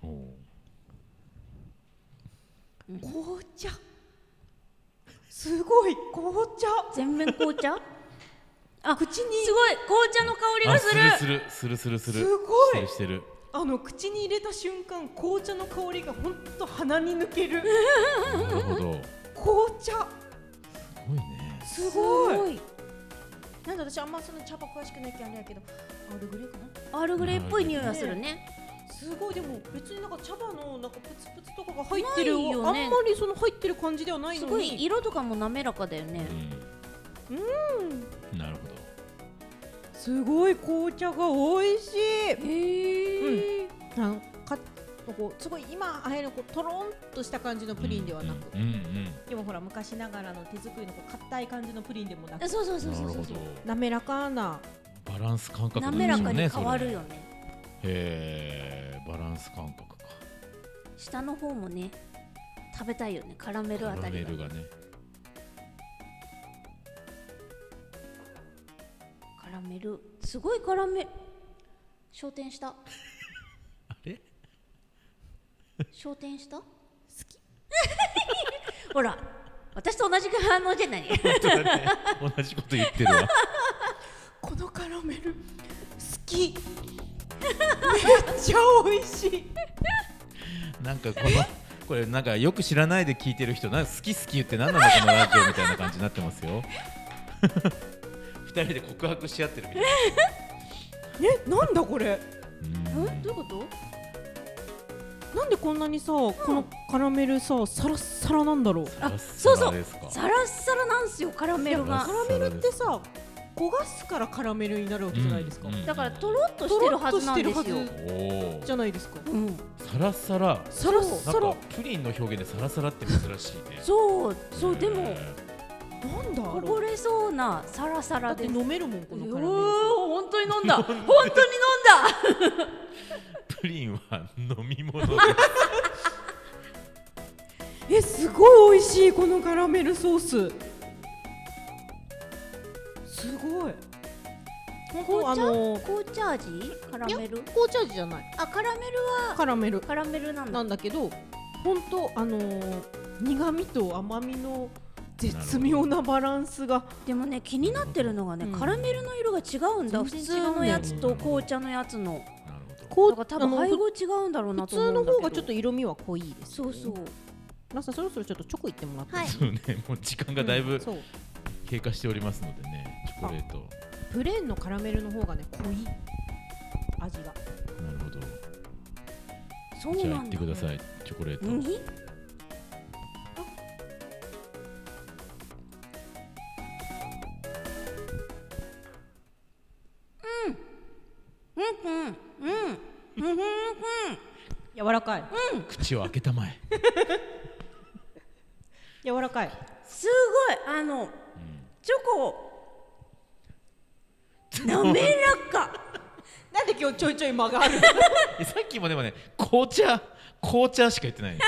B: おう
C: 紅茶すごい紅茶
A: 全面紅茶あ
C: 口に
A: すごい紅茶の香りがする
B: するするするするする。
C: すご
B: し
C: い
B: てるしてる。
C: あの口に入れた瞬間紅茶の香りがほんと鼻に抜け
B: な
C: る
B: るほど。す
C: 紅茶
B: ごいね。
C: す
A: す
C: ご
A: ご
C: い
A: い
C: なんで私あんまその茶葉詳しくないけどあれやけどあルグレーかな
A: アールグレイっぽい匂いがするね
C: すごいでも別になんか茶葉のなんかプツプツとかが入ってる、
A: ない
C: あ
A: よ
C: ん
A: ね
C: まりその入ってる感じではない
A: す
C: の
A: ご
C: に
A: い色とかも滑らかだよね
B: うん。なるほど。
C: すごい紅茶が美味しい
A: へえ、
C: あのかこうすごい今あえのこうとろんとした感じのプリンではなく、
B: うんうん
C: でもほら昔ながらの手作りのこう硬い感じのプリンでもなく
A: そうそうそう
B: な
A: そ
B: る
A: うそ
B: ほ
A: う
B: ど。
C: 滑らかな
B: バランス感覚なんで
A: 滑
B: しょ
A: ら
B: う
A: か
B: ね。
A: に変わ
B: そ
A: る
B: れ
A: よね
B: へえバランス感覚か
A: 下の方もね食べたいよねカラメルあ
B: カ
A: た
B: ラメ
A: りが
B: ルがね
A: カラ
D: ラメルすごい絡め焦点した
B: あれ
D: 焦点した
A: ほら私と同じ反応じゃない
B: 同じこと言って るわ
C: このカラメル好 きめっちゃ美味しい
B: なんかこのこれなんかよく知らないで聞いてる人なんか好き好き言って何なんだこのラジオみたいな感じになってま すよ二人で告白し合ってるみたい
C: えなんだこれ
B: なうん
D: どういうこと
C: なんでこんなにさ、このカラメルさサラッサラなんだろう
A: あ
B: サ
A: そ
B: ラ
A: うそう
B: ですか
A: サラッサラなんすよカラメル
B: いや
A: が
B: サ
C: カ
B: ラ
C: ラ
B: ッ
C: メ
B: サラ
C: ル
B: です
C: ってさ焦がすからカラメルになるわけじゃないですか、
B: うんうん
A: だからとろっとしてるはずなんです
C: と
A: よ
C: ろっとしてるは
B: おお
C: じゃないですか
A: うん
B: サラサラ
C: サラッ
B: な
C: サ
B: ん
C: ラ
B: か
C: な
B: プリンの表現でサラサラって珍しいね
A: そうそうでも
C: んだ
A: こ
C: あれ
A: ぼれそうなサラサ
C: だ
A: ラ
C: って
A: で
C: 飲めるもんこの
A: う
C: カ
A: お
C: ラメル
A: ー本当に飲んだ本当に飲んだ
B: プリンは飲み物で
C: えすごい美味しいこのカラメルソースすごい
A: 紅茶
C: の
A: 紅茶味カラ
C: いや
A: メル
C: 紅茶味じゃない
A: あカラメルは
C: カラメル
A: カラメルなんだ
C: なんだけど本当あのー苦味と甘みの絶妙なバランスが
A: でもね気になってるのがね、
C: うん
A: カラメルの色が違うんだ普
C: 全然違
A: 通
C: うんだよ
A: のやつと紅茶のやつの
B: なるほど
C: こ
A: だから多分配合違うんだろうな
C: 普
A: と思う
C: 通
A: んだ
C: の
A: けど
C: 方がちょっと色味は濃いです、
A: そうそう
C: ラさんそろそろちょっとチョコいってもらって、
D: はい
B: そうねもう時間がだいぶ
C: そう
B: 経過しておりますのでねチョコレート
C: プレーンのカラメルの方がね濃い味が
B: なるほど
A: そう
B: じゃあ
A: な
B: 行っ
A: んだ
B: てくださいチョコレート
A: 何うん うんうんうんうん
C: 柔らかい、
B: 口を開けたまえ
C: 柔らかい
A: すごいあの、チョコ滑らか
C: なんで今日ちょいちょい間がある
B: えさっきもでもね紅茶紅茶しか言ってないよ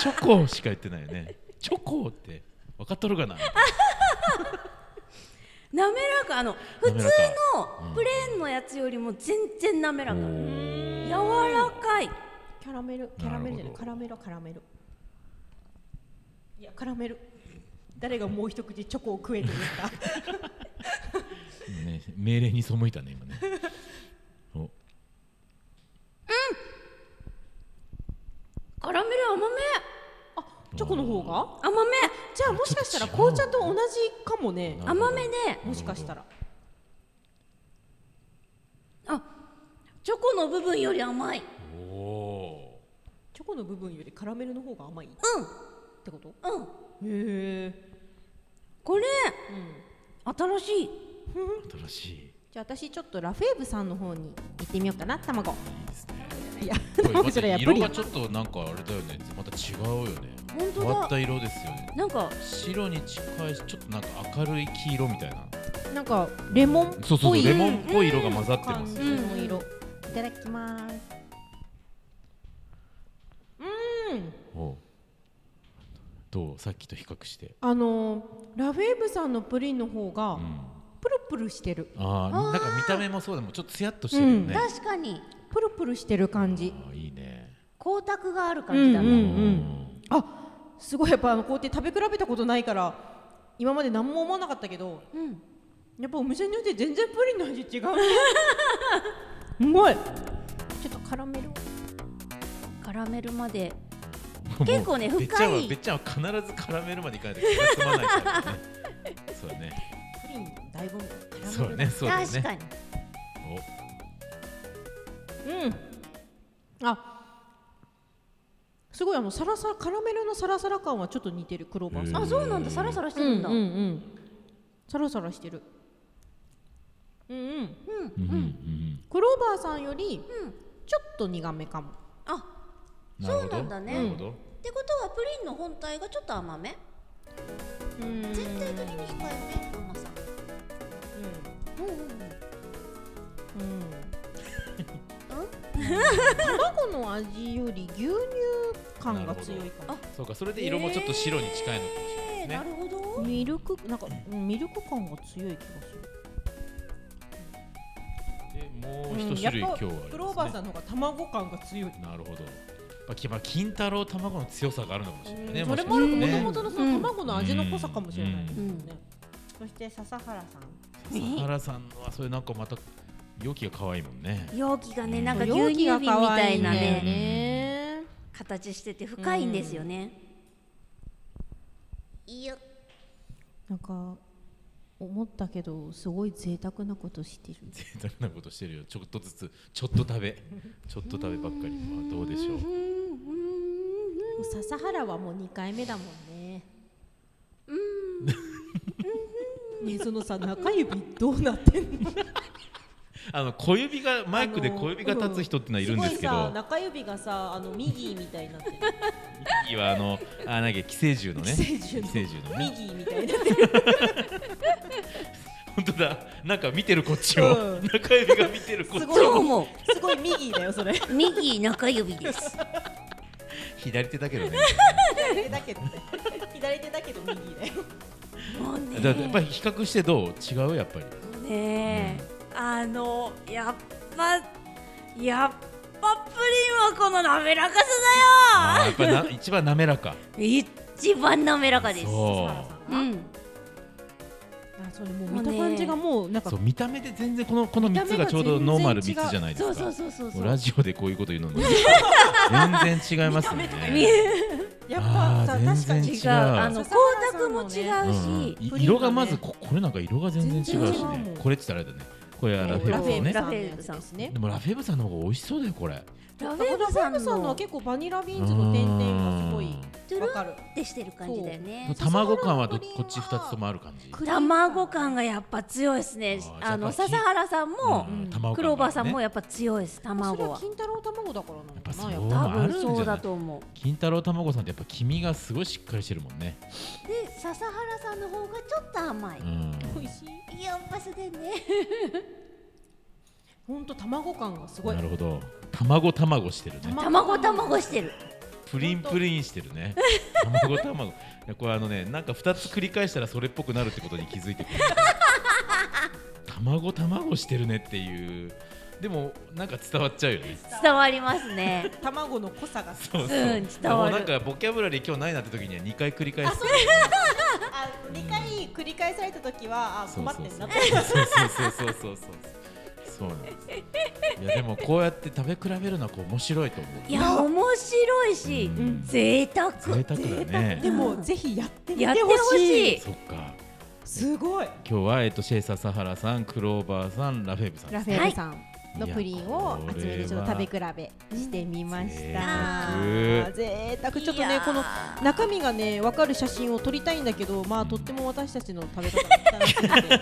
B: チョコしか言ってないよねチョコって分かっとるかな
A: 滑らかあの普通
B: 滑らか
A: のプレーンのやつよりも全然滑らか、
B: お
A: 柔
B: ー
A: らかい
C: キャラメルキャラメルじゃな
B: なるほ
C: い
B: ど
C: カラメルカラメルいやカラメル誰がもう一口チョコを食えと言った
B: ね命令に背いたね今ねお
A: カラメル甘め
C: あチョコの方が
A: 甘め
C: じゃあもしかしたら紅茶と同じかも
B: な
C: ね
B: るほど
A: 甘めね
C: もしかしたら
A: あチョコの部分より甘い
B: お
C: チョコの部分よりカラメルの方が甘いっ
A: うん
C: てことへ
A: うん
C: え、
A: これ
C: うん、
A: 新しい
B: ー新しいい
C: じゃあ私ちょっとラフェーブさんの方に行ってみようかな卵
B: いですね
C: いや
B: これ
C: それやっぱ
B: 色
C: り
B: がちょっとなんかあれだよねまた違うよね
A: 本当だ
B: 変わった色ですよね
A: なんか
B: 白に近いしちょっとなんか明るい黄色みたいな
C: なんかレモンっ
B: そうそう
C: ぽ
B: そう
C: い
B: レモンっぽい色が混ざってま
C: 感
B: す
C: じ
B: ね
C: の色いただきますうん
B: おうどうさっきと比較して
C: あのーラフェーブさんのプリンの方が
B: うん
C: プルプルしてる
B: あーなんか見た目もそうでもちょっとツヤっとしてるよね、
A: 確かに
C: プルプルしてる感じ
B: あーいいね
A: 光沢がある感じだ
C: う
A: ね
C: んうんあすごいやっぱあのこうやって食べ比べたことないから今まで何も思わなかったけど
A: うん、
C: やっぱお店によって全然プリンの味違うね すごいちょっとカラメルを
A: カラメルまで
B: うん
A: 結構ね
B: もう
A: 深い
B: べっちゃんはべっちゃんは必ずカラメルまでいかないと気が済まないから ねそうだね
C: プリンだいぶカラメル
B: そうだねそうだね
A: 確かに
C: うんあすごいあのサラサラカラメルのサラサラ感はちょっと似てるクローバーさん
B: へ
A: あそうなんだサラサラしてるんだ、
C: うんうんうんサラサラしてるうんうん
B: おうんうん
C: クローバーさんよりちょっと苦めかも
A: あ
B: うん
A: そうなんだね
B: なるほど
A: ってことはプリンの本体がちょっと甘め
C: うん
A: 全体的に控えめ甘さうんうんうん
C: 卵の味より牛乳感が強いかも
B: そうかそれで色もちょっと白に近いのかもしれないで
A: えー
B: すね、
A: なるほど
C: ミルクなんかうんミルク感が強い気がする
B: もう
C: うん
B: 一
C: や
B: 種
C: っ
B: 類今
C: ぱ
B: 日はありますね
C: クローバーさんの方が卵感が強い。
B: なるほど。まあきまあ、金太郎卵の強さがあるのかもしれないね。
C: それ
B: し
C: もあ
B: か
C: る
B: したら
C: かもと
B: ね
C: もとのその卵の味の濃さかもしれないですよ
A: うん
C: ね。そして笹原さん。
B: 笹原さんはそれなんかまた容器が可愛いもんね。
A: 容器がねなんか牛
C: 容
A: 乳
C: 器
A: 瓶
C: が
A: みたいな
C: 可愛んだよ
A: ね
C: ね。
A: 形してて深いんですよね、
D: いや
C: なんか思ったけどすごい贅沢なことしてる。
B: 贅沢なことしてるよ。ちょっとずつ、ちょっと食べ、ちょっと食べばっかり。まあ、どうでしょう。
C: 笹原はもう二回目だもんね。ねそのさ中指どうなってんの？
B: あの小指がマイクで小指が立つ人ってのはいるんですけ
C: ごいさ
B: ど、
C: 中指がさあの右みたいにな ってる。
B: 右はあのあなんか寄生獣のね、
C: 寄生獣の
B: 寄生獣のね。
C: 右みたいになってる。
B: 本当だ。なんか見てるこっちを、
C: うん
B: 中指が見てるこっちを
C: すごい
A: どうも
C: すごい右だよそれ。
A: 右中指 です
B: 左手だけどね。
C: 左手だけどね。左手だけど右だよ。
A: もうね
B: だからやっぱり比較してどう違うやっぱり。
A: ねえあのやっぱやっぱプリンはこの滑らか
B: あーや
A: さ
B: っぱりな一番滑らか。
A: だよ一番滑らかです
B: そう
C: 笹原さん
A: う
C: が。
A: ん
C: あそれもう見た感じがもうなんか
B: そう見た目で全然このこの
C: 見た
B: 三
C: 目
B: つ
C: が
B: がちょうどノーマル
C: 全
B: 三
C: 然違う
B: つじゃないです
A: そ
B: か。
A: うそうそうそう
B: もうラジオでこういうこと言うのも全然違いますね。
C: やっぱ
B: あ
C: さ
B: ー
C: 確か
B: 全
C: に
B: 然
A: 違うあの光
C: 笹原さ
A: 沢
C: ん
A: も
C: のね
A: 違う
B: う
A: し、
B: んい
C: プリンがね
B: 色がまずここれなんか色が全然違うし
C: 全然違うも
B: ね
C: ん。
B: これって言ったらあれだね。これはラフェ
A: ラ
B: ブ
A: フ
B: さ
A: ェブ
B: んね。
A: ラフェブさん
C: ですね
B: でもラフェブさんの方が美味しそうだよこれ。
A: ラフ
C: ラ
A: ェ
C: フェ
A: ー
C: ブ
A: ブ
C: さ
A: さ
C: んの
A: んの
C: は結構バニラビーンズの点々がすごいわかる
A: ってしてる感じだよね
B: 卵感はど
C: 笹原のプリンは
B: こっち二つともある感じ。
A: 卵感がやっぱ強いですね
B: あー
A: あの
B: じゃあ
A: 笹原さんも
B: うん卵感がね
A: クローバーさんもやっぱ強いです
C: それ
A: 卵
C: は
A: は
C: 金太郎卵だからなのか
B: や
C: なや
B: っ
C: っ
B: ぱ
C: ぱ
A: 多
B: もうあ
A: 分
B: るんじゃない
A: そうだと思う
B: 金太郎卵さんってやっぱ黄身がすごいしっかりしてるもんね。
A: で笹原さんの方がちょっと甘い
B: うん。
C: 美味しい
A: やっぱすでね
C: ほんと卵感がすごい
B: なるほど。卵卵してるね。
A: 卵卵してる
B: プリンプリンしてるね。卵卵。いやこれあのね、なんか二つ繰り返したらそれっぽくなるってことに気づいてくる。卵卵してるねっていう。でもなんか伝わっちゃうよね。
A: 伝わりますね
C: 卵の濃さが
B: そうそう。
A: うん伝
B: も
A: わ
B: う
A: る
B: なんかボキャブラリー今日ないなって時には二回繰り返す。
C: あ2回繰り返された時はあ
B: そう
C: 困
B: そ
C: って
B: うんそう
C: なって
B: そうそうそうそうそうそうなんですいやでもこうやって食べ比べるのはこう面白いと思う
A: いや面白いし、
B: うん
A: 贅沢
B: 贅沢だね
C: でもぜひやってみて
A: やって
C: ほ
A: ほ
C: し
A: し
C: い
A: い
B: そっか
C: すごい
B: 今日はえっとシェイササハラさんクローバーさんラフェーブさん
C: ラフェールさんのプリンを集めてちょっと食べ比べしてみました
B: うん贅沢
C: 贅沢ちょっと
A: い
C: ね
A: やー
C: この中身がね分かる写真を撮りたいんだけどまあとっても私たちの食べ方が汚いので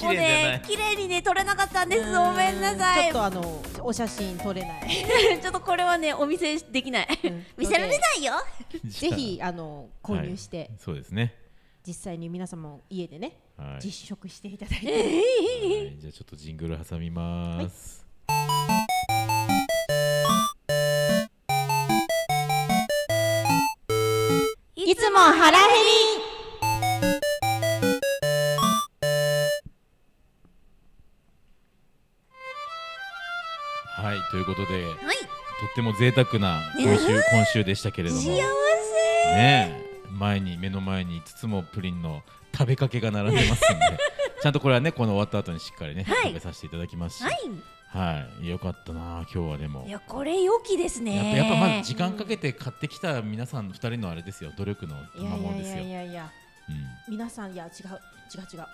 A: もうね綺麗 にね撮れなかったんですごめんなさ
C: ちょ
A: い
C: っとあのお写真撮れな い
A: ちょっとこれはねお見せできない
C: うん
A: 見せられないよ
B: ぜ
C: ぜひあの購入して、
B: そうですね
C: 実際に皆様も家でね
B: はい
C: 実食していただいて、
B: はいじゃあちょっとジングル挟みます
A: いつも腹減り
B: はいということでと
A: はい
B: っても贅沢な今週今週でしたけれども
A: 幸
B: ね
A: せ
B: え前に目の前に5つもプリンの食べかけが並んでますんで ちゃんとこれはねこの終わった後にしっかりね
A: はい
B: 食べさせていただきますし
A: はい
B: はいよかったな今日はでも
A: いやこれ良きです
B: やっぱ
A: ね
B: やっぱまず時間かけて買ってきた皆さん2人のあれですよ努力の
C: いや
B: 賜
C: い
B: 物で
C: や
B: す
C: いや
B: よ
C: い。やいや
B: うん
C: 皆さんいや違う違う違う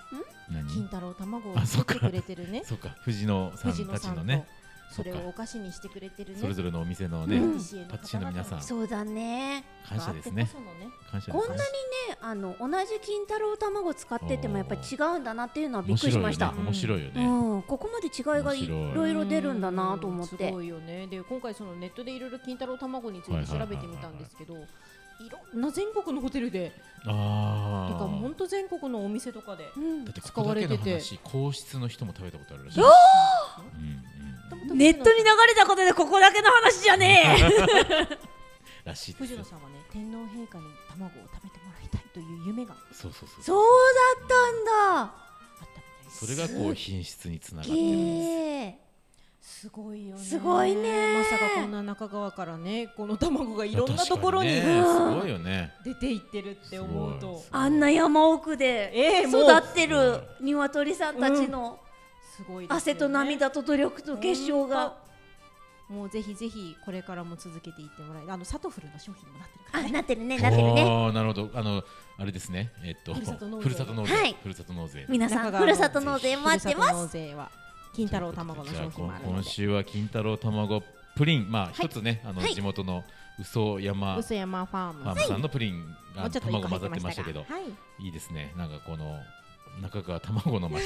B: 何
C: 金太郎卵を
B: あそ
C: 作
B: っ
C: って
B: か
C: くれてるね
B: そっか藤野さん
C: 藤野
B: たち
C: さんと
B: のね
C: それ
B: そっ
C: を
B: か
C: お菓子にしてくれてるね
B: それぞれのお店のね、
A: うん
B: パティシエの皆さん
A: そうだね
B: 感謝ですね
C: あってこそのね
B: 感謝です
A: こ
B: ね
A: んなにねあの同じ金太郎卵使っててもやっぱり違うんだなっていうのはびっくりしました、
B: 面白いよね面白いよ
A: う
B: ね、
A: ん、ここまで違いがい
B: 面白い
A: ろいろ出るんだなと思っ
C: うん
A: て
C: すごいよねで今回そのネットでいろいろ金太郎卵について調べてみたんですけどいろんな全国のホテルでと
B: あ
C: か
B: あ
C: 本当全国のお店とかで
A: うん
B: だってここだけの話皇室の人も食べたことあるらしいよ、うんうん、
A: ネットに流れたことでここだけの話じゃね え
B: らしいです
C: 藤
B: よ
C: 野さんはね天皇陛下に卵を食べてもらいたいという夢があっ
B: そうそうそう
A: そうだったんだ
C: たみたいです
B: それがこう品質につながっ
A: け
B: てるんです
A: ー
C: すごいよね
A: すごいね
C: まさかこんな中川からねこの卵がいろんな
B: 確か
C: ところに
B: ねすごいよね
C: 出ていってるって思うと
B: す
A: あんな山奥で
C: ええもう
A: 育ってる鶏さんたちの
C: すごいですよね
A: 汗と涙と努力と結晶が
C: もうぜひぜひこれからも続けていってもらいあのサトフルの商品にもなってるか
A: あ
C: らね
A: なってるねなってるね
B: おーなるほどあのあれですねえっと
C: ふるさと納税
B: ふるさと納税
A: はい
B: ふるさと納税
A: 皆さ
C: 中
A: ん
C: 川
A: ふるさと納税待ってます
C: ふるさと納税は金太郎卵の商品もある
B: じゃあ
C: の
B: 今
C: で
B: 週は金太郎卵プリンまあ一つねあの
A: はい
B: 地元の嘘山
C: うすやまファーム
B: ファームさんのプリン
C: も
B: が
C: うちょっと一個
B: 卵混ざ
C: 入って
B: って
C: ま
B: ま
C: し
B: したたけ
C: が
B: ど
C: はい
B: いいですねなんかこの中川卵の町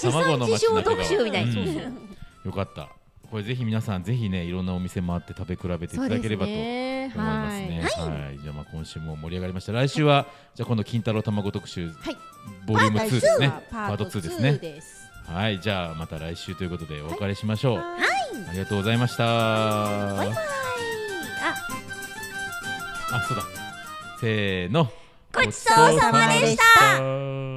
A: 地産地消特集みたいな、
B: うんよかったこれぜひ皆さんぜひねいろんなお店回って食べ比べてい
C: そ
B: た
C: う
B: だ
C: です
B: ければと
C: ね
B: 思いますね。はい、じゃあまあ今週も盛り上がりました。来週は、じゃあこの金太郎卵特集、
C: はい
B: ボリューム2ですね。
C: パ
B: パ
C: ー
B: ー
C: ト
B: ト2
C: 2で
B: ですす
C: ね
B: ね。はい、じゃあまた来週ということでお別れしましょう。
C: はい
B: ありがとうございました。
A: バイバイあ
B: あ、そうだ。せーの。。
A: ごちそうさま
C: でした